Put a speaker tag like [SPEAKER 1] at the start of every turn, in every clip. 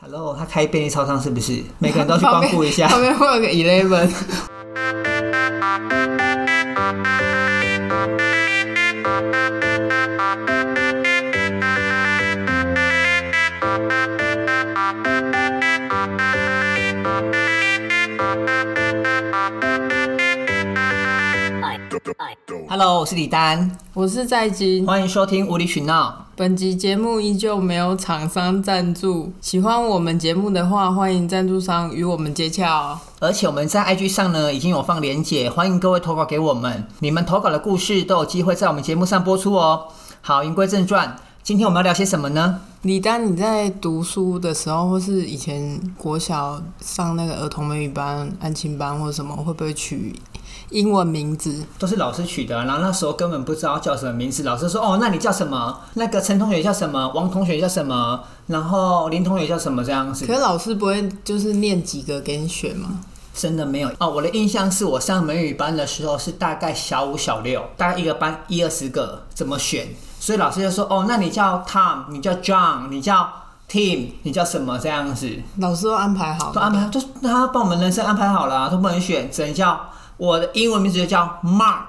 [SPEAKER 1] 然后他开便利超商是不是？每个人都去光顾一下。
[SPEAKER 2] 旁边会有个 Eleven，
[SPEAKER 1] Hello，我是李丹，
[SPEAKER 2] 我是在金。
[SPEAKER 1] 欢迎收听无理取闹。
[SPEAKER 2] 本集节目依旧没有厂商赞助，喜欢我们节目的话，欢迎赞助商与我们接洽哦。
[SPEAKER 1] 而且我们在 IG 上呢已经有放连结，欢迎各位投稿给我们。你们投稿的故事都有机会在我们节目上播出哦。好，言归正传，今天我们要聊些什么呢？
[SPEAKER 2] 李丹，你在读书的时候，或是以前国小上那个儿童美语班、安亲班或什么，会不会取英文名字？
[SPEAKER 1] 都是老师取的，然后那时候根本不知道叫什么名字，老师说哦，那你叫什么？那个陈同学叫什么？王同学叫什么？然后林同学叫什么？这样子
[SPEAKER 2] 可。是老师不会就是念几个给你选吗？
[SPEAKER 1] 真的没有哦，我的印象是我上美语班的时候是大概小五、小六，大概一个班一二十个，怎么选？所以老师就说：“哦，那你叫 Tom，你叫 John，你叫 Tim，你叫什么这样子？”
[SPEAKER 2] 老师都安排好
[SPEAKER 1] 都
[SPEAKER 2] 了。
[SPEAKER 1] 安排，就是他帮我们人生安排好了、都不能选，只能叫我的英文名字就叫 Mark，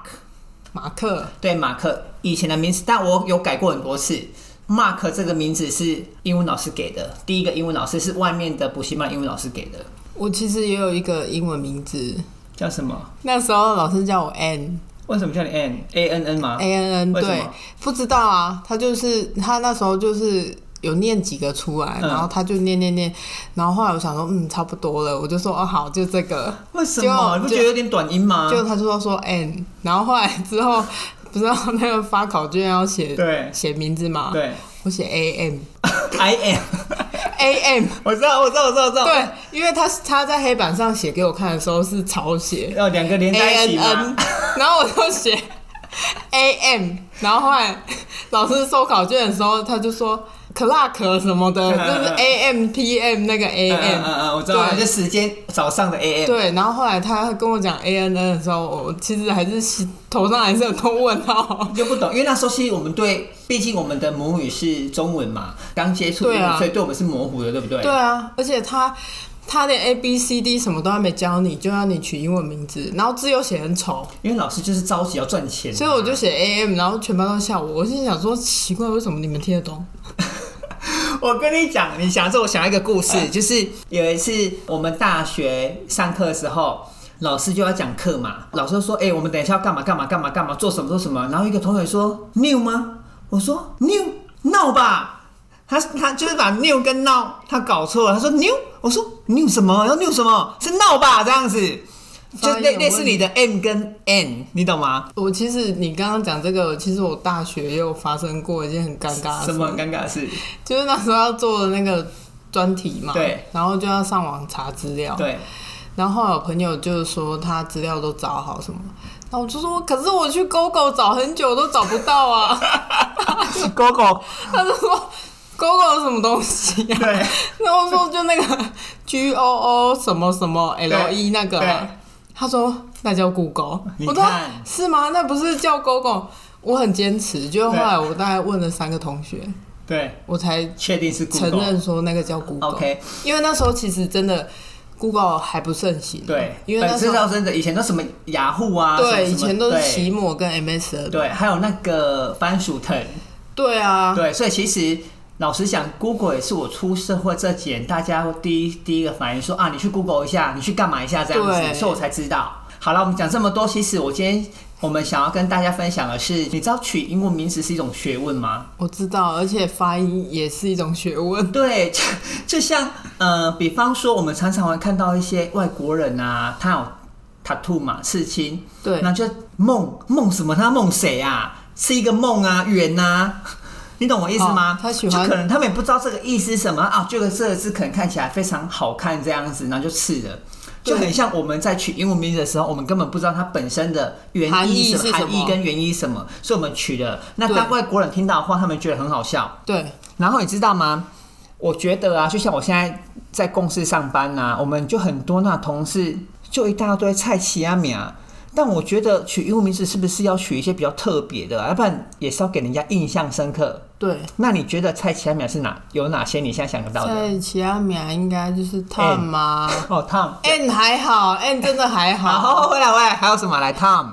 [SPEAKER 2] 马克，
[SPEAKER 1] 对，马克以前的名字，但我有改过很多次。Mark 这个名字是英文老师给的，第一个英文老师是外面的补习班英文老师给的，
[SPEAKER 2] 我其实也有一个英文名字，
[SPEAKER 1] 叫什么？
[SPEAKER 2] 那时候老师叫我 N
[SPEAKER 1] 为什么叫你 N A N N 吗？
[SPEAKER 2] A N N，
[SPEAKER 1] 为什
[SPEAKER 2] 对
[SPEAKER 1] 么，
[SPEAKER 2] 不知道啊，他就是他那时候就是有念几个出来，
[SPEAKER 1] 嗯
[SPEAKER 2] 然后他就念念念，然后后来我想说，嗯，差不多了，我就说哦好，就这个，
[SPEAKER 1] 为什么？
[SPEAKER 2] 就
[SPEAKER 1] 你不觉得有点短音吗？
[SPEAKER 2] 就他就说说 N，然后后来之后不知道那个发考卷要写
[SPEAKER 1] 对
[SPEAKER 2] 写名字嘛，
[SPEAKER 1] 对
[SPEAKER 2] 我写 A M
[SPEAKER 1] ，I am，
[SPEAKER 2] A M，
[SPEAKER 1] 我知道，我知道，我知道，我知道。
[SPEAKER 2] 对，因为他他在黑板上写给我看的时候是 抄写，
[SPEAKER 1] 要两个连在一起嗯
[SPEAKER 2] A
[SPEAKER 1] 吗
[SPEAKER 2] N N，？然后我就写 A M，然后后来 老师收考卷的时候，他就说 clock 什么的，
[SPEAKER 1] 嗯
[SPEAKER 2] 就是 A M P M 那个 A
[SPEAKER 1] 嗯嗯
[SPEAKER 2] M，
[SPEAKER 1] 嗯嗯，我知道，
[SPEAKER 2] 对
[SPEAKER 1] 就时间早上的 A M。
[SPEAKER 2] 对。然后后来他跟我讲 A N N 的时候，我其实还是心头上还是很多问号。
[SPEAKER 1] 就不懂，因为那时候其实我们对，毕竟我们的母语是中文嘛，刚接触英
[SPEAKER 2] 对
[SPEAKER 1] 文，
[SPEAKER 2] 啊
[SPEAKER 1] 所以对我们是模糊的，对不对？
[SPEAKER 2] 对啊，而且他。他连 A B C D 什么都还没教你，就让你取英文名字，然后字又写很丑，
[SPEAKER 1] 因为老师就是着急要赚钱啊，
[SPEAKER 2] 所以我就写 A M，然后全班都笑我。我心想说，奇怪，为什么你们听得懂？
[SPEAKER 1] 我跟你讲，你想这，我想到一个故
[SPEAKER 2] 哎
[SPEAKER 1] 事，就是有一次我们大学上课的时候，老师就要讲课嘛，老师就说：“哎、我们等一下要干嘛干嘛干嘛干嘛，做什么做什么。”然后一个同学说：“new 吗？”我说：“new no 吧。”他他就是把 new 跟 now 他搞错了，他说 new，我说 new 什么？要 new 什么？是 no 吧？这样子，就
[SPEAKER 2] 发音有
[SPEAKER 1] 类类似
[SPEAKER 2] 问题
[SPEAKER 1] 你的 m 跟 n，你懂吗？
[SPEAKER 2] 我其实你刚刚讲这个，其实我大学也有发生过一件很尴尬的
[SPEAKER 1] 什
[SPEAKER 2] 事，
[SPEAKER 1] 么很尴尬的事？
[SPEAKER 2] 就是那时候要做的那个专题嘛，
[SPEAKER 1] 对，
[SPEAKER 2] 然后就要上网查资料，，
[SPEAKER 1] 对，
[SPEAKER 2] 然后后来我朋友就说他资料都找好什么，然后我就说，可是我去 Google 找很久都找不到啊，
[SPEAKER 1] 狗狗，
[SPEAKER 2] 他就说 Google 什么东西呀、啊？
[SPEAKER 1] 对
[SPEAKER 2] 然后我说就那个 G O O 什么什么 L E 那个
[SPEAKER 1] 对
[SPEAKER 2] 嘛，他说那叫 Google，
[SPEAKER 1] 你
[SPEAKER 2] 我说
[SPEAKER 1] 看
[SPEAKER 2] 是吗？那不是叫 Google？我很坚持，就后来我大概问了三个同学，
[SPEAKER 1] 对，
[SPEAKER 2] 我才
[SPEAKER 1] 确定是
[SPEAKER 2] 承
[SPEAKER 1] Google。
[SPEAKER 2] 认说那个叫 Google。
[SPEAKER 1] OK，
[SPEAKER 2] 因为那时候其实真的 Google 还不盛行，
[SPEAKER 1] 对，
[SPEAKER 2] 因为那
[SPEAKER 1] 本
[SPEAKER 2] 时
[SPEAKER 1] 身
[SPEAKER 2] 候
[SPEAKER 1] 到真的，以前都什么雅虎啊，什么
[SPEAKER 2] 对
[SPEAKER 1] 什么
[SPEAKER 2] 以前都是
[SPEAKER 1] 对
[SPEAKER 2] 奇摩跟 MS 的，
[SPEAKER 1] 对，还有那个番薯藤，
[SPEAKER 2] 对啊，
[SPEAKER 1] 对，所以其实老实讲，Google 也是我出社会这几年大家第一第一个反应说啊，你去 Google 一下，你去干嘛一下这样子，
[SPEAKER 2] 对
[SPEAKER 1] 所以我才知道。好了，我们讲这么多，其实我今天我们想要跟大家分享的是，你知道取英文名字是一种学问吗？
[SPEAKER 2] 我知道，而且发音也是一种学 问。
[SPEAKER 1] 对，就就像呃，比方说我们常常会看到一些外国人啊，他有 tattoo 嘛，刺青，
[SPEAKER 2] 对
[SPEAKER 1] 那就梦梦什么？他梦谁啊？是一个梦啊，圆啊，你懂我意思吗？
[SPEAKER 2] 哦他喜欢
[SPEAKER 1] 就可能他们也不知道这个意思是什么啊，这个这个字可能看起来非常好看这样子，然后就刺了。就
[SPEAKER 2] 对
[SPEAKER 1] 很像我们在取英文名字的时候，我们根本不知道它本身的原
[SPEAKER 2] 含
[SPEAKER 1] 意
[SPEAKER 2] 义
[SPEAKER 1] 什么
[SPEAKER 2] 是什
[SPEAKER 1] 含义
[SPEAKER 2] 么
[SPEAKER 1] 跟原意是什么，所以我们取了。那
[SPEAKER 2] 对
[SPEAKER 1] 当外国人听到的话，他们觉得很好笑。
[SPEAKER 2] 对，
[SPEAKER 1] 然后你知道吗？我觉得啊，就像我现在在公司上班呐、我们就很多那同事就一大堆菜奇阿米啊，但我觉得取英文名字是不是要取一些比较特别的啊、要不然也是要给人家印象深刻。
[SPEAKER 2] 对，
[SPEAKER 1] 那你觉得蔡奇安淼是哪有哪些你现在想得到的？
[SPEAKER 2] 在其他名应该就是 Tom 啊
[SPEAKER 1] 哦，Tom，
[SPEAKER 2] ，N 还好，N 真的还
[SPEAKER 1] 好，
[SPEAKER 2] 好
[SPEAKER 1] 好回来回来，还有什么来？Tom，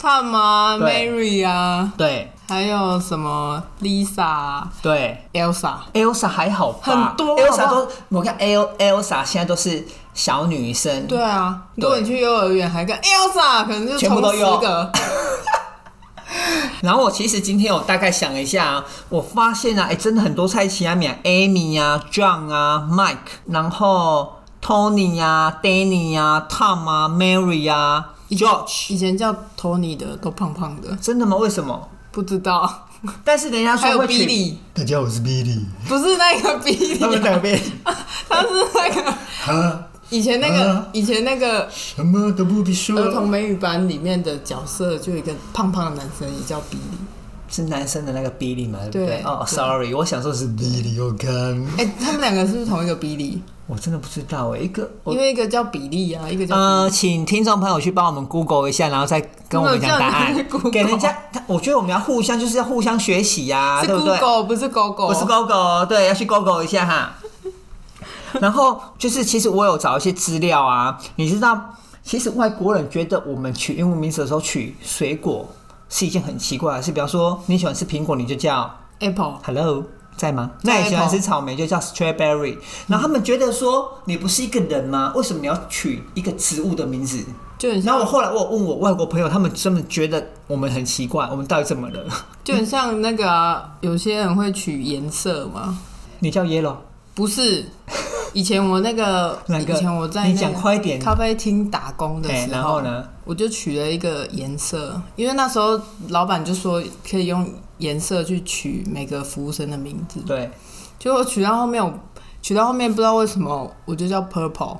[SPEAKER 2] ，Tom 啊
[SPEAKER 1] 对
[SPEAKER 2] ，Mary 啊，
[SPEAKER 1] 对
[SPEAKER 2] 还有什么 Lisa 啊、
[SPEAKER 1] 对
[SPEAKER 2] Elsa，
[SPEAKER 1] ，Elsa 还好吧？
[SPEAKER 2] 很多好
[SPEAKER 1] ，Elsa
[SPEAKER 2] 不好
[SPEAKER 1] 都，我看 El Elsa 现在都是小女生，
[SPEAKER 2] 对啊，
[SPEAKER 1] 对
[SPEAKER 2] 如果你去幼儿园还跟 Elsa，可能就
[SPEAKER 1] 全部都
[SPEAKER 2] 从十
[SPEAKER 1] 有
[SPEAKER 2] 个，
[SPEAKER 1] 然后我其实今天有大概想了一下、啊，我发现啊，哎，真的很多蔡奇安米啊，Amy 啊，John 啊，Mike，然后 Tony 啊，Danny 啊，Tom 啊，Mary 啊，George，
[SPEAKER 2] 以前叫 Tony 的都胖胖的，
[SPEAKER 1] 真的吗？为什么？
[SPEAKER 2] 不知道，
[SPEAKER 1] 但是人家
[SPEAKER 2] 还
[SPEAKER 1] 说会
[SPEAKER 2] 有
[SPEAKER 1] 取
[SPEAKER 2] Billy，
[SPEAKER 3] 大家好，我是 Billy。
[SPEAKER 2] 不是 那个 Billy，啊
[SPEAKER 1] 他们两边
[SPEAKER 2] 他是那个
[SPEAKER 3] 啊，
[SPEAKER 2] 以前那个
[SPEAKER 1] 嗯
[SPEAKER 3] 啊
[SPEAKER 2] 以前那个
[SPEAKER 3] 什么都不必说。
[SPEAKER 2] 儿童美语班里面的角色，就有一个胖胖的男生也叫 Billy，
[SPEAKER 1] 是男生的那个 Billy 嘛，对不对？
[SPEAKER 2] 对
[SPEAKER 1] 哦、
[SPEAKER 2] 对
[SPEAKER 1] s o r r y 我想说是 Billy，
[SPEAKER 3] Billy，我看
[SPEAKER 2] 哎、他们两个是不是同一个 Billy？
[SPEAKER 1] 我真的不知道哎，一个我
[SPEAKER 2] 因为一个叫比利啊，一个叫 Billy、
[SPEAKER 1] 呃，请听众朋友去帮我们 Google 一下，然后再跟我们讲答
[SPEAKER 2] 没有叫你
[SPEAKER 1] 案
[SPEAKER 2] 去 Google，
[SPEAKER 1] 给人家。他我觉得我们要互相，就是要互相学习呀、啊
[SPEAKER 2] 是
[SPEAKER 1] 对不对？
[SPEAKER 2] Google 不是狗狗，
[SPEAKER 1] 不是 Google，对，要去 Google 一下哈。 然后就是，其实我有找一些资料啊，你知道，其实外国人觉得我们取英文名字的时候取水果是一件很奇怪的事，比方说你喜欢吃苹果，你就叫
[SPEAKER 2] Apple，
[SPEAKER 1] Hello。在吗？那你喜欢吃草莓就叫 strawberry，然后他们觉得说你不是一个人吗？为什么你要取一个植物的名字？
[SPEAKER 2] 就很
[SPEAKER 1] 然后我
[SPEAKER 2] 像
[SPEAKER 1] 后来我有问我外国朋友，他们真的觉得我们很奇怪，我们到底怎么了？
[SPEAKER 2] 就很像那个啊、有些人会取颜色嘛，
[SPEAKER 1] 你叫 yellow，
[SPEAKER 2] 不是。以前我那个，
[SPEAKER 1] 哪个
[SPEAKER 2] 以前我在
[SPEAKER 1] 你
[SPEAKER 2] 那
[SPEAKER 1] 讲
[SPEAKER 2] 个
[SPEAKER 1] 快一点
[SPEAKER 2] 咖啡厅打工的时
[SPEAKER 1] 哎
[SPEAKER 2] 候，
[SPEAKER 1] 然后呢？
[SPEAKER 2] 我就取了一个颜色，因为那时候老板就说可以用颜色去取每个服务生的名字。
[SPEAKER 1] 对，
[SPEAKER 2] 结果取到后面，我取到后面不知道为什么我就叫 Purple，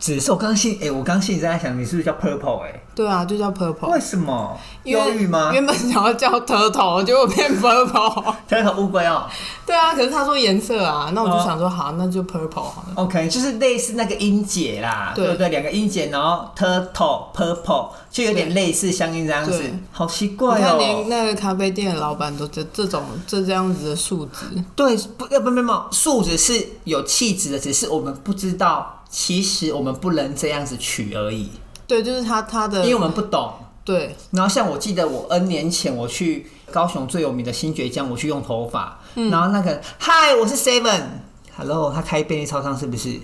[SPEAKER 1] 紫色，我刚信，哎、我刚信你在想，你是不是叫 purple？哎、
[SPEAKER 2] 对啊，就叫 Purple。
[SPEAKER 1] 哦为什么？
[SPEAKER 2] 因
[SPEAKER 1] 忧
[SPEAKER 2] 为
[SPEAKER 1] 郁吗？
[SPEAKER 2] 原本想要叫 Turtle，结果变 Purple。
[SPEAKER 1] 这头乌龟哦
[SPEAKER 2] 对啊，可是他说颜色啊，那我就想说好，那就 Purple 好了。
[SPEAKER 1] ，OK，就是类似那个音节啦，对
[SPEAKER 2] 对
[SPEAKER 1] 不对？两个音节，然后 turtle purple 就有点类似相应这样子
[SPEAKER 2] 对，
[SPEAKER 1] 好奇
[SPEAKER 2] 你
[SPEAKER 1] 怪
[SPEAKER 2] 看，
[SPEAKER 1] 哦
[SPEAKER 2] 连。那个咖啡店的老板都这这种这这样子的数值，
[SPEAKER 1] 对，不，呃不，不，不，素质是有气质的，只是我们不知道，其实我们不能这样子取而已，
[SPEAKER 2] 对，就是他他的
[SPEAKER 1] 因为我们不懂。
[SPEAKER 2] 对
[SPEAKER 1] 然后像我记得我 N 年前我去高雄最有名的新爵江，我去用头发，然后那个嗨，我是 Seven，Hello，他开便利超商是不是？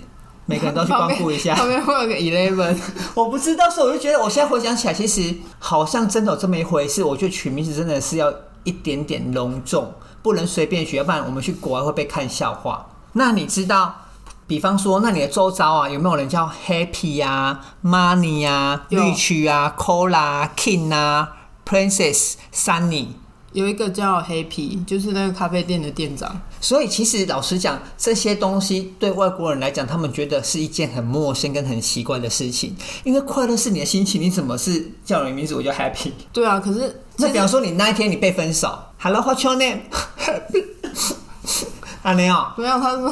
[SPEAKER 1] 每个人都要去光顾一下
[SPEAKER 2] 旁。边旁边会有个 Eleven，
[SPEAKER 1] 我不知道，所以我就觉得我现在回想起来，其实好像真的有这么一回事。我觉得取名字真的是要一点点隆重，不能随便取，要不然我们去国外会被看笑话。那你知道？比方说，那你的周遭啊，有没有人叫 Happy 啊、Money 啊、
[SPEAKER 2] 有
[SPEAKER 1] Rich 啊、Cola 啊、King 啊、Princess、Sunny？
[SPEAKER 2] 有一个叫 Happy，就是那个咖啡店的店长，
[SPEAKER 1] 所以其实老实讲，这些东西对外国人来讲，他们觉得是一件很陌生跟很奇怪的事情。因为快乐是你的心情，你怎么是叫你名字我就 happy？
[SPEAKER 2] 对啊，可是
[SPEAKER 1] 那
[SPEAKER 2] 其
[SPEAKER 1] 比
[SPEAKER 2] 实
[SPEAKER 1] 方说你那一天你被分手，Hello，what's your name？啊，没有，
[SPEAKER 2] 没有，他说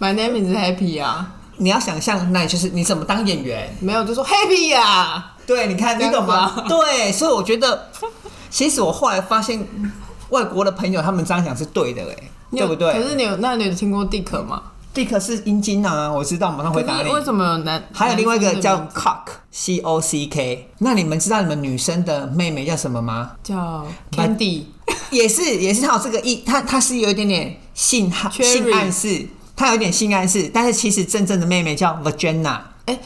[SPEAKER 2] My name is Happy 啊，
[SPEAKER 1] 你要想象，那也就是你怎么当演员。
[SPEAKER 2] 没有就说 Happy 啊，
[SPEAKER 1] 对，你看，你懂
[SPEAKER 2] 这
[SPEAKER 1] 吗
[SPEAKER 2] 样？啊
[SPEAKER 1] 对，所以我觉得，其实我后来发现，外国的朋友他们这样想是对的，哎，
[SPEAKER 2] 你
[SPEAKER 1] 对
[SPEAKER 2] 有
[SPEAKER 1] 不对？
[SPEAKER 2] 可是你有那你有听过 Dick 吗？
[SPEAKER 1] 立刻是阴茎啊，我知道，马上回
[SPEAKER 2] 可
[SPEAKER 1] 答
[SPEAKER 2] 是
[SPEAKER 1] 你。
[SPEAKER 2] 为什么有男？
[SPEAKER 1] 还有另外一个
[SPEAKER 2] 男生的
[SPEAKER 1] 叫
[SPEAKER 2] 名
[SPEAKER 1] cock c o c k，那你们知道你们女生的妹妹叫什么吗？
[SPEAKER 2] 叫 Candy，
[SPEAKER 1] 也是也是，它有这个意，它它是有一点点性哈
[SPEAKER 2] Cherry
[SPEAKER 1] 性暗示，它有点性暗示，但是其实真正的妹妹叫 vagina，
[SPEAKER 2] 哎、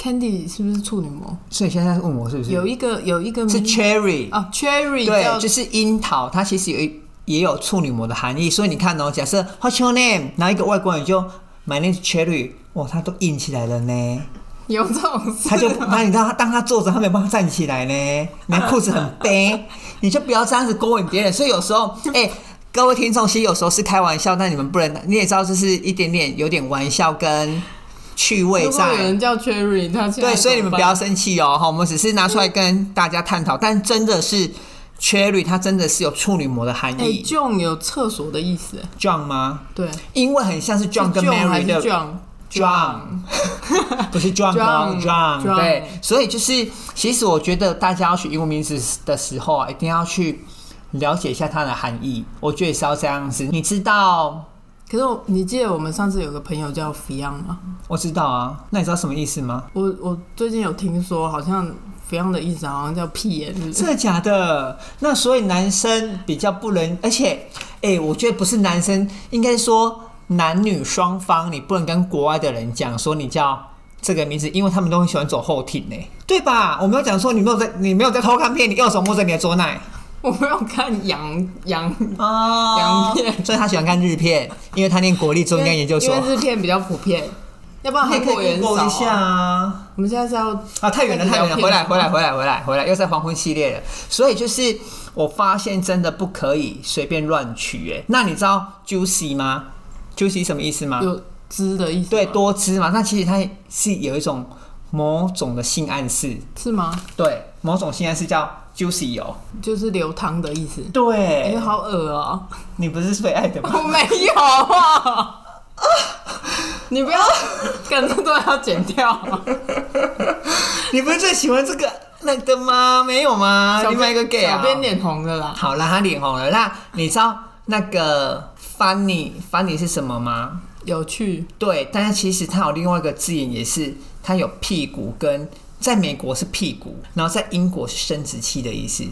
[SPEAKER 2] c a n d y 是不是处女膜？
[SPEAKER 1] 所以现在问我是不是
[SPEAKER 2] 有一个有一个
[SPEAKER 1] 是
[SPEAKER 2] 名
[SPEAKER 1] cherry？、
[SPEAKER 2] 哦，Cherry
[SPEAKER 1] 对，
[SPEAKER 2] 叫
[SPEAKER 1] 就是樱桃，它其实有一也有处女膜的含义，所以你看哦，假设 What's your name？然后一个外国人就 My name is Cherry，哇，他都硬起来了呢。
[SPEAKER 2] 有这种事，
[SPEAKER 1] 他 就那你知道他当他坐着，他没办法站起来呢，那裤子 很背，你就不要这样子勾引别人。所以有时候，哎、各位听众，其实有时候是开玩笑，但你们不能，你也知道，这是一点点有点玩笑跟趣味
[SPEAKER 2] 如果
[SPEAKER 1] 在。
[SPEAKER 2] 有人叫 Cherry，他现在
[SPEAKER 1] 对，所以你们
[SPEAKER 2] 怎么
[SPEAKER 1] 不
[SPEAKER 2] 办
[SPEAKER 1] 要生气哦，哈，我们只是拿出来跟大家探讨，但真的是 Cherry，它真的是有处女膜的含
[SPEAKER 2] 哎、
[SPEAKER 1] 义
[SPEAKER 2] j o h n 有厕所的意思，
[SPEAKER 1] ，John 吗？
[SPEAKER 2] 对
[SPEAKER 1] 因为很像是 John 跟
[SPEAKER 2] John 还
[SPEAKER 1] Mary
[SPEAKER 2] 是
[SPEAKER 1] 的
[SPEAKER 2] John
[SPEAKER 1] John，不是 John
[SPEAKER 2] John，
[SPEAKER 1] John，
[SPEAKER 2] John
[SPEAKER 1] 对，所以就是其实我觉得大家要学英文名字的时候啊，一定要去了解一下它的含义。我觉得也是要这样子，你知道，
[SPEAKER 2] 可是我你记得我们上次有个朋友叫 Fion 吗？
[SPEAKER 1] 我知道啊，那你知道什么意思吗？
[SPEAKER 2] 我我最近有听说，好像 Fion 的意思好像叫屁眼，是不是
[SPEAKER 1] 真的假的？那所以男生比较不能，而且，哎、我觉得不是男生，应该说男女双方，你不能跟国外的人讲说你叫这个名字，因为他们都很喜欢走后庭呢、对吧？我没有讲说你没有在，你没有在偷看片，你右手摸着你的左奶
[SPEAKER 2] 我没有看洋洋
[SPEAKER 1] 哦
[SPEAKER 2] 洋片
[SPEAKER 1] 所以他喜欢看日片，因为他念国立中央研究所
[SPEAKER 2] 因，为日片比较普遍，要不然
[SPEAKER 1] 你也
[SPEAKER 2] 韩国也很少、
[SPEAKER 1] Google 一下
[SPEAKER 2] 啊。
[SPEAKER 1] 啊。
[SPEAKER 2] 我们现在是要
[SPEAKER 1] 啊，太远了，太远了，
[SPEAKER 2] 聊
[SPEAKER 1] 回来，
[SPEAKER 2] 片
[SPEAKER 1] 回来，回来，回来，回来，又在黄昏系列了。所以就是我发现真的不可以随便乱取。哎，那你知道 juicy 吗？juicy 什么意思吗？
[SPEAKER 2] 有汁的意思吗，
[SPEAKER 1] 啊对，多汁嘛。那其实它是有一种某种的性暗示，
[SPEAKER 2] 是吗？
[SPEAKER 1] 对，某种性暗示叫 juicy 油。
[SPEAKER 2] 就是流汤的意思。哎、
[SPEAKER 1] 对，
[SPEAKER 2] 好 恶哦、
[SPEAKER 1] 你不是最爱的吗？
[SPEAKER 2] 我没有啊。你 不要，感觉都要剪掉。啊
[SPEAKER 1] 你不是最喜欢这个那个吗？没有吗？另外一个 gay 啊，
[SPEAKER 2] 小编脸红了啦。
[SPEAKER 1] 好了，他脸红了。那你知道那个 funny funny 是什么吗？
[SPEAKER 2] 有趣，
[SPEAKER 1] 对，但是其实它有另外一个字眼，也是它有屁股跟在美国是屁股，然后在英国是生殖器的意思。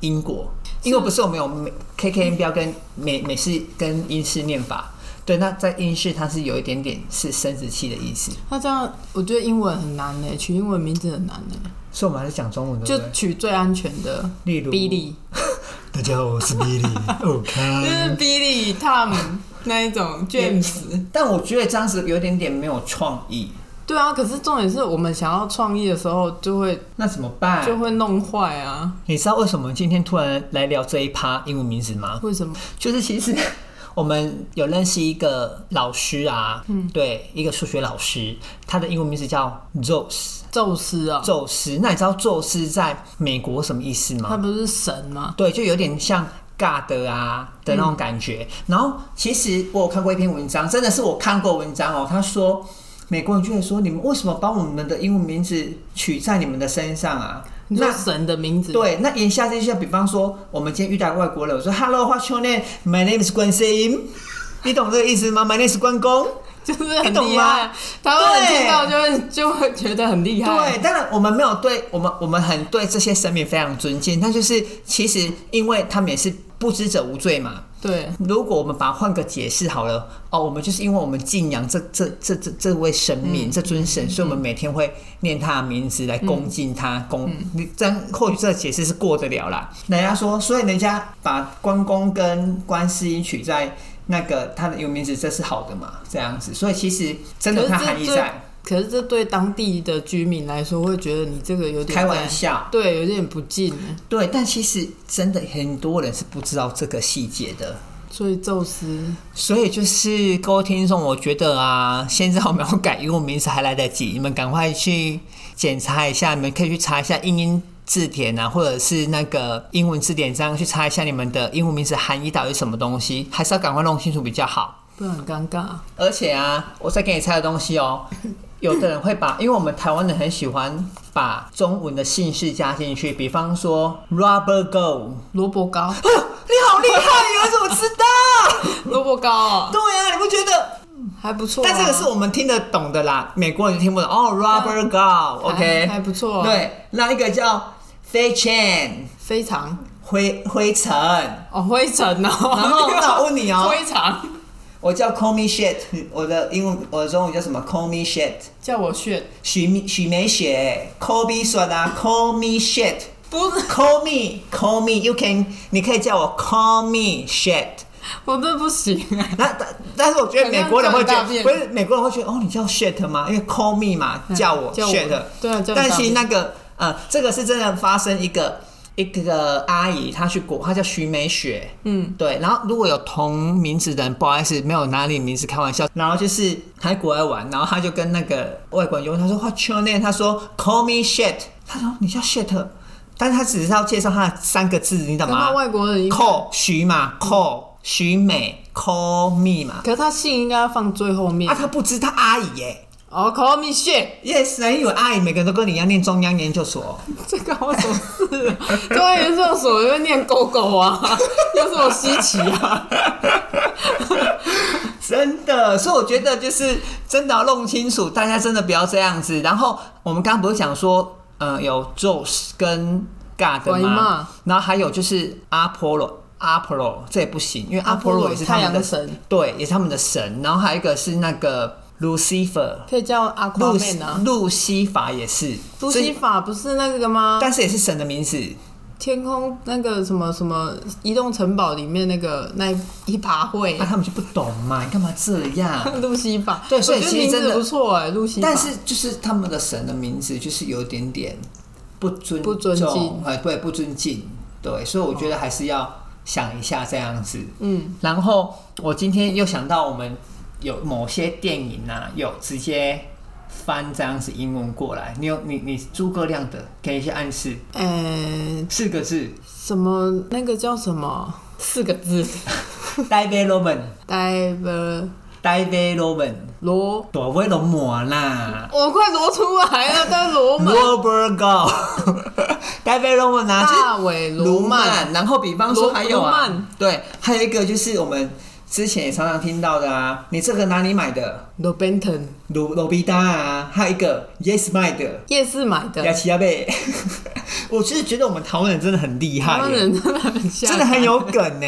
[SPEAKER 1] 英国，英国不是我们有美 KKN 标跟美美式跟英式念法？对，那在英式它是有一点点是生殖器的意思，
[SPEAKER 2] 那这样我觉得英文很难呢、取英文名字很难呢、
[SPEAKER 1] 所以我们还是讲中文对不
[SPEAKER 2] 就
[SPEAKER 1] 对？
[SPEAKER 2] 取最安全的，
[SPEAKER 1] 例如
[SPEAKER 2] 比利，
[SPEAKER 3] 大家好，我 是 Billy。哦
[SPEAKER 1] 嗯
[SPEAKER 2] 就是
[SPEAKER 3] OK，
[SPEAKER 2] 比利 Tom 那 一种 James。
[SPEAKER 1] 但我觉得这样子有点点没有创意，
[SPEAKER 2] 对啊，可是重点是我们想要创意的时候，就会
[SPEAKER 1] 那怎么办？
[SPEAKER 2] 就会弄坏啊。
[SPEAKER 1] 你知道为什么今天突然来聊这一趴英文名字吗？
[SPEAKER 2] 为什么？
[SPEAKER 1] 就是其实我们有认识一个老师啊，嗯，对，一个数学老师，他的英文名字叫 Zeus，
[SPEAKER 2] 宙斯啊，
[SPEAKER 1] 宙斯。那你知道宙斯在美国什么意思
[SPEAKER 2] 他
[SPEAKER 1] 吗？
[SPEAKER 2] 不是神吗？
[SPEAKER 1] 对，就有点像。God 啊的那种感觉，然后其实我有看过一篇文章，真的是我看过文章哦。他说，美国人就会说，你们为什么把我们的英文名字取在你们的身上啊？
[SPEAKER 2] 你说神的名字，，
[SPEAKER 1] 对，那言下之意，就比方说，我们今天遇到外国人，我说 “Hello，What's your name？My name is 关心。”你懂这个意思吗？My name is 关公。
[SPEAKER 2] 就是很
[SPEAKER 1] 你懂
[SPEAKER 2] 厉害
[SPEAKER 1] 吗。
[SPEAKER 2] 台湾人
[SPEAKER 1] 对
[SPEAKER 2] 听到就会就会觉得很厉害。
[SPEAKER 1] 对，当然我们没有对我们，我们很对这些神明非常尊敬，但就是其实因为他们也是不知者无罪嘛。
[SPEAKER 2] 对
[SPEAKER 1] 如果我们把它换个解释好了，哦，我们就是因为我们敬仰这这这这这位神
[SPEAKER 2] 嗯
[SPEAKER 1] 明、这尊神，所以我们每天会念他的名字来恭敬他，
[SPEAKER 2] 嗯
[SPEAKER 1] 恭、你这样或许这个解释是过得了啦。人家说，所以人家把关公跟观世音取在那个他的有名字，这是好的嘛？这样子，所以其实真的
[SPEAKER 2] 可是
[SPEAKER 1] 它
[SPEAKER 2] 这
[SPEAKER 1] 含义
[SPEAKER 2] 这
[SPEAKER 1] 在，
[SPEAKER 2] 可是这对当地的居民来说，会觉得你这个有点
[SPEAKER 1] 开玩
[SPEAKER 2] 在，
[SPEAKER 1] 笑，
[SPEAKER 2] 对，有点不敬欸。
[SPEAKER 1] 对，但其实真的很多人是不知道这个细节的。
[SPEAKER 2] 所以宙斯
[SPEAKER 1] 所以就是各位听众，我觉得啊，现在我们要改英文名字还来得及， 你们赶快去检查一下，你们可以去查一下英音字典啊，或者是那个英文字典这样去查一下你们的英文名字含义到底是什么东西， 还是要赶快弄清楚比较好。
[SPEAKER 2] 不然很尴尬。
[SPEAKER 1] 而且啊，我再给你猜的东西哦，有的人会把，因为我们台湾人很喜欢把中文的姓氏加进去，比方说 Robert Go，
[SPEAKER 2] 萝卜糕，
[SPEAKER 1] 你好厉害，你怎么知道？
[SPEAKER 2] 萝卜糕啊，
[SPEAKER 1] 对啊，你不觉得？
[SPEAKER 2] 还不错啊。
[SPEAKER 1] 但这个是我们听得懂的啦，美国人就听不懂哦。Robert Gall，OK，、
[SPEAKER 2] 啊还还不错啊
[SPEAKER 1] 对，那一个叫飞尘
[SPEAKER 2] 非常
[SPEAKER 1] 灰灰尘，
[SPEAKER 2] 哦，灰尘哦。
[SPEAKER 1] 然后那我问你哦
[SPEAKER 2] 灰常
[SPEAKER 1] 我叫 Call me shit，我的英文我的中文叫什么？Call me shit，
[SPEAKER 2] 叫我炫，
[SPEAKER 1] 许梅许梅雪，Call me 说的啊，Call me shit。
[SPEAKER 2] 不是，
[SPEAKER 1] Call me, call me, you can，你可以叫我 call me shit。
[SPEAKER 2] 我这不行啊。
[SPEAKER 1] 那但但是我觉得美国人会觉
[SPEAKER 2] 很像
[SPEAKER 1] 得，
[SPEAKER 2] 大便嗯
[SPEAKER 1] 不是美国人会觉得哦，你叫 shit 吗？因为 call me 嘛，叫我
[SPEAKER 2] 叫我
[SPEAKER 1] shit。
[SPEAKER 2] 对啊叫我
[SPEAKER 1] 但
[SPEAKER 2] 大
[SPEAKER 1] 其实
[SPEAKER 2] 便
[SPEAKER 1] 那个呃，这个是真的发生一个一个阿姨，她去国，她叫徐美雪，嗯，对。然后如果有同名字的人，不好意思，没有拿你名字开玩笑。然后就是她在国外玩，然后她就跟那个外国人就问她说 What's your name？她说 Call me shit。她说哦你叫 shit，但是她只是要介绍她的三个字，你懂
[SPEAKER 2] 干嘛
[SPEAKER 1] 吗？
[SPEAKER 2] 外国人一看？
[SPEAKER 1] call 徐嘛，call 徐美，call me 嘛。啊
[SPEAKER 2] 可是他姓应该要放最后面
[SPEAKER 1] 啊，。他不知他阿姨耶、
[SPEAKER 2] 哦、c a l l me shit，
[SPEAKER 1] Yes，人有爱，每个人都跟你一样念中央研究所。
[SPEAKER 2] 这关我什么事啊？中央研究所就念狗狗啊， 有什么稀奇啊？
[SPEAKER 1] 真的，所以我觉得就是真的要弄清楚，大家真的不要这样子。然后我们刚刚不是讲说，呃，有 Zeus 跟 God
[SPEAKER 2] 观音
[SPEAKER 1] 吗
[SPEAKER 2] 嘛？
[SPEAKER 1] 然后还有就是阿波罗，阿波罗这也不行，因为阿波罗也是他
[SPEAKER 2] 太
[SPEAKER 1] 们
[SPEAKER 2] 阳
[SPEAKER 1] 的
[SPEAKER 2] 的，神，
[SPEAKER 1] 对，也是他们的神。然后还有一个是那个 Lucifer，
[SPEAKER 2] 可以叫阿夸
[SPEAKER 1] 路
[SPEAKER 2] 妹啊。
[SPEAKER 1] 路西法也是，
[SPEAKER 2] 路
[SPEAKER 1] 所
[SPEAKER 2] 西
[SPEAKER 1] 以
[SPEAKER 2] 法不是那个吗？
[SPEAKER 1] 但是也是神的名字。
[SPEAKER 2] 天空那个什么什么移动城堡里面那个那一爬会
[SPEAKER 1] 那、，啊他们就不懂嘛，你干嘛这样？
[SPEAKER 2] 路西法，
[SPEAKER 1] 对所以
[SPEAKER 2] 我觉得
[SPEAKER 1] 其实
[SPEAKER 2] 名字
[SPEAKER 1] 真的
[SPEAKER 2] 不错哎，路西法。
[SPEAKER 1] 但是就是他们的神的名字就是有点点不尊
[SPEAKER 2] 不尊
[SPEAKER 1] 重
[SPEAKER 2] 敬
[SPEAKER 1] 哎，对，不尊敬，对，所以我觉得还是要想一下这样子。
[SPEAKER 2] 嗯，
[SPEAKER 1] 然后我今天又想到我们有某些电影啊，有直接翻这样子英文过来，你有你你诸葛亮的给一些暗示，
[SPEAKER 2] 呃，
[SPEAKER 1] 四个 字
[SPEAKER 2] 什么那个叫什么四个字
[SPEAKER 1] ，development，development，
[SPEAKER 2] ，diver 罗，
[SPEAKER 1] 躲威龙啊魔啦。
[SPEAKER 2] 我快罗出来了，但罗曼
[SPEAKER 1] Robert Go，development 啊，就是
[SPEAKER 2] 大尾
[SPEAKER 1] 卢
[SPEAKER 2] 罗曼，
[SPEAKER 1] 曼，然后比方说还有
[SPEAKER 2] 卢
[SPEAKER 1] 啊
[SPEAKER 2] 曼，
[SPEAKER 1] 对，还有一个就是我们之前也常常听到的啊，你这个哪里买的？
[SPEAKER 2] 罗 benton
[SPEAKER 1] 鲁鲁比达啊，还有一个 Yes 卖的
[SPEAKER 2] 夜市买
[SPEAKER 1] 雅
[SPEAKER 2] 的，
[SPEAKER 1] 琪亚贝， 我就是觉得我们台湾人真的很厉害
[SPEAKER 2] 台
[SPEAKER 1] 耶，
[SPEAKER 2] 湾人真的很像，
[SPEAKER 1] 真的很有梗呢。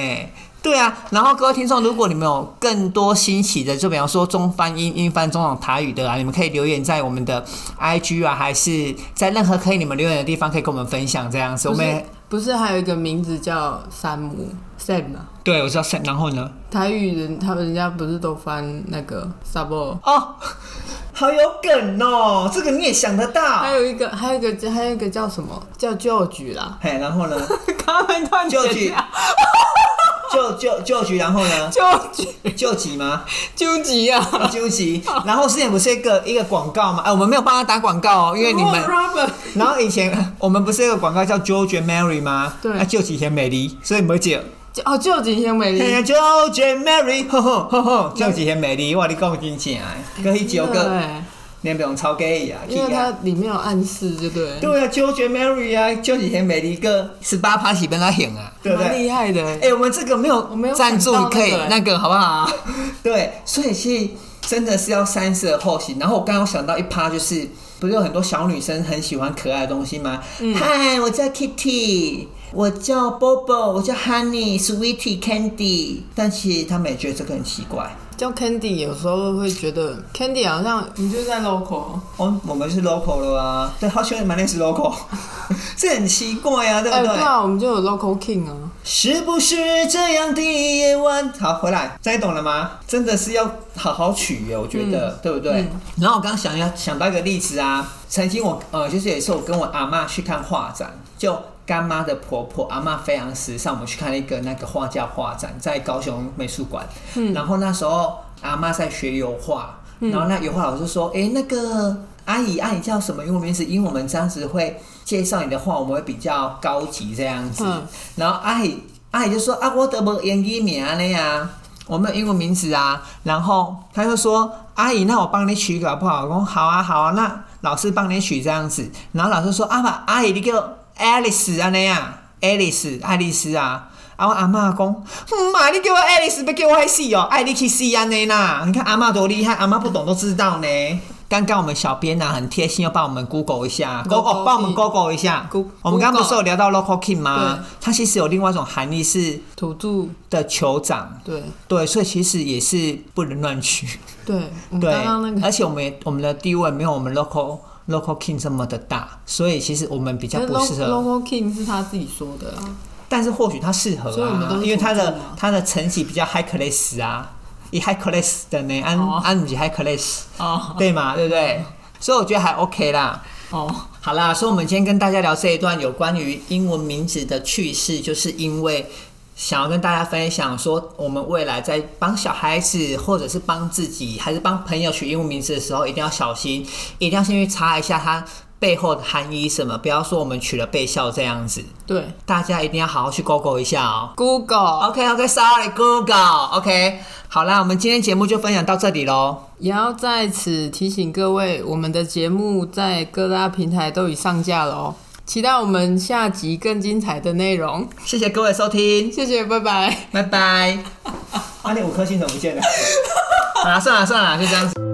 [SPEAKER 1] 对啊，然后各位听众，如果你们有更多新奇的，就比方说中翻英、英翻中往台语的啊，你们可以留言在我们的 IG 啊，还是在任何可以你们留言的地方，可以跟我们分享这样子。我
[SPEAKER 2] 不
[SPEAKER 1] 们
[SPEAKER 2] 是
[SPEAKER 1] 也
[SPEAKER 2] 不是还有一个名字叫山姆 Sam 啊？
[SPEAKER 1] 对我知道，然后呢？
[SPEAKER 2] 台语人他们人家不是都翻那个 sabo，
[SPEAKER 1] 哦， 好有梗哦，这个你也想得到
[SPEAKER 2] 还。有一个还有一个还有一个叫什么叫 George 啦，
[SPEAKER 1] 嘿，然后呢？
[SPEAKER 2] 刚才突然
[SPEAKER 1] 救
[SPEAKER 2] 剪
[SPEAKER 1] 急
[SPEAKER 2] 掉，
[SPEAKER 1] 救救救急，然后呢？
[SPEAKER 2] George
[SPEAKER 1] 救急吗？
[SPEAKER 2] 纠集啊，
[SPEAKER 1] 救急。然后之前不是一个一个广告吗？哎、我们没有帮他打广告哦，因为你们
[SPEAKER 2] r。o b e r
[SPEAKER 1] 然后以前我们不是有个广告叫 George and Mary 吗？
[SPEAKER 2] 对
[SPEAKER 1] 啊，救急甜美丽，所以没解。
[SPEAKER 2] 哦旧景贤美
[SPEAKER 1] 嘿
[SPEAKER 2] 丽，
[SPEAKER 1] 哎，George and Mary，吼吼吼吼，救急甜美丽，哇，你讲真正
[SPEAKER 2] 哎
[SPEAKER 1] 的，跟迄九个啊
[SPEAKER 2] 对，
[SPEAKER 1] 你不用超假伊啊，
[SPEAKER 2] 哎因为
[SPEAKER 1] 去啊
[SPEAKER 2] 它里面有暗示，就对，
[SPEAKER 1] 对啊，George and Mary 啊，救急甜美丽个十八趴起跟他行啊，对不
[SPEAKER 2] 蛮
[SPEAKER 1] 对？
[SPEAKER 2] 厉害的
[SPEAKER 1] 哎、
[SPEAKER 2] 欸，
[SPEAKER 1] 我们这个没有
[SPEAKER 2] 我没有
[SPEAKER 1] 赞助，
[SPEAKER 2] 想到
[SPEAKER 1] 可以
[SPEAKER 2] 那个欸
[SPEAKER 1] 那个好不好？ 对，所以其实真的是要三思而后行。然后我刚刚想到一趴，就是不是有很多小女生很喜欢可爱的东西吗？
[SPEAKER 2] 嗯
[SPEAKER 1] 嗨、我叫 Kitty，我叫 Bobo，我叫 Honey，Sweetie Candy，但其实他们也觉得这个很奇怪。
[SPEAKER 2] 叫 Candy 有时候会觉得 Candy 好像你就在 local，
[SPEAKER 1] 哦，我们是 local 了啊，对，好喜欢买那是 local，这很奇怪啊，对
[SPEAKER 2] 哎
[SPEAKER 1] 不
[SPEAKER 2] 对
[SPEAKER 1] 对？
[SPEAKER 2] 啊，我们就有 local king 啊，
[SPEAKER 1] 是不是这样的夜晚？好，回来，大家懂了吗？真的是要好好取悦，我觉得，对不对？然后我刚刚想一下，想到一个例子啊，曾经我呃，就是有一次我跟我阿妈去看画展，就干妈的婆婆阿妈非常时尚，我们去看了一个那个画家画展，在高雄美术馆。然后那时候阿妈在学油画，然后那油画老师说：“哎、那个阿姨，阿姨叫什么英文名字？因为我们这样子会介绍你的画，我们会比较高级这样子。
[SPEAKER 2] 嗯
[SPEAKER 1] 然后阿姨阿姨就说啊，我得无英语名那呀，我没有英文名字啊。然后她就说阿姨，那我帮你取一个好不好？我说好啊好啊，那老师帮你取这样子。然后老师说啊把阿姨你叫 Alice 啊那呀，Alice 爱丽丝啊。啊！我阿嬷讲，嗯妈，你叫我 Alice，要叫我去死哦，爱你去死安尼啦！你看阿嬷多厉害，阿嬷不懂都知道呢。刚刚我们小编啊，很贴心，要帮我们 Google 一下
[SPEAKER 2] Google
[SPEAKER 1] ，Google 帮我们
[SPEAKER 2] 一
[SPEAKER 1] Google 一下
[SPEAKER 2] Google。
[SPEAKER 1] 我们刚刚不是哦有聊到 local king 吗
[SPEAKER 2] 对？
[SPEAKER 1] 它其实有另外一种含义是
[SPEAKER 2] 土著，
[SPEAKER 1] 的酋长，
[SPEAKER 2] 对
[SPEAKER 1] 对，所以其实也是不能乱取。
[SPEAKER 2] 对， 我们
[SPEAKER 1] 对，
[SPEAKER 2] 刚刚那个
[SPEAKER 1] 而且我们也我们的地位没有我们 local local king 这么的大，所以其实我们比较
[SPEAKER 2] 可是
[SPEAKER 1] 不
[SPEAKER 2] Lo-
[SPEAKER 1] 适合。
[SPEAKER 2] Local King 是他自己说的啊，
[SPEAKER 1] 但是或许他适合
[SPEAKER 2] 所以我们
[SPEAKER 1] 啊
[SPEAKER 2] 都，是
[SPEAKER 1] 因为他
[SPEAKER 2] 土
[SPEAKER 1] 的
[SPEAKER 2] 著嘛
[SPEAKER 1] 他的层级比较 high class 啊，以 high class 的呢，安
[SPEAKER 2] 哦
[SPEAKER 1] 安不是 high class，
[SPEAKER 2] 哦
[SPEAKER 1] 对嘛，对不对？所以我觉得还 OK 啦。
[SPEAKER 2] 哦，
[SPEAKER 1] 好啦，所以我们今天跟大家聊这一段有关于英文名字的趣事，就是因为想要跟大家分享说，我们未来在帮小孩子，或者是帮自己，还是帮朋友取英文名字的时候，一定要小心，一定要先去查一下它背后的含义是什么，不要说我们取了背孝这样子，
[SPEAKER 2] 对
[SPEAKER 1] 大家一定要好好去 Google 一下哦。
[SPEAKER 2] ，Google，
[SPEAKER 1] OK OK，Sorry、Google OK，好啦，我们今天节目就分享到这里喽。
[SPEAKER 2] 也要在此提醒各位，我们的节目在各大平台都已上架了哦，期待我们下集更精彩的内容。
[SPEAKER 1] 谢谢各位收听，
[SPEAKER 2] 谢谢，拜拜。
[SPEAKER 1] 拜拜。啊，那五颗星怎么不见了？好啦，算了算了，就这样子。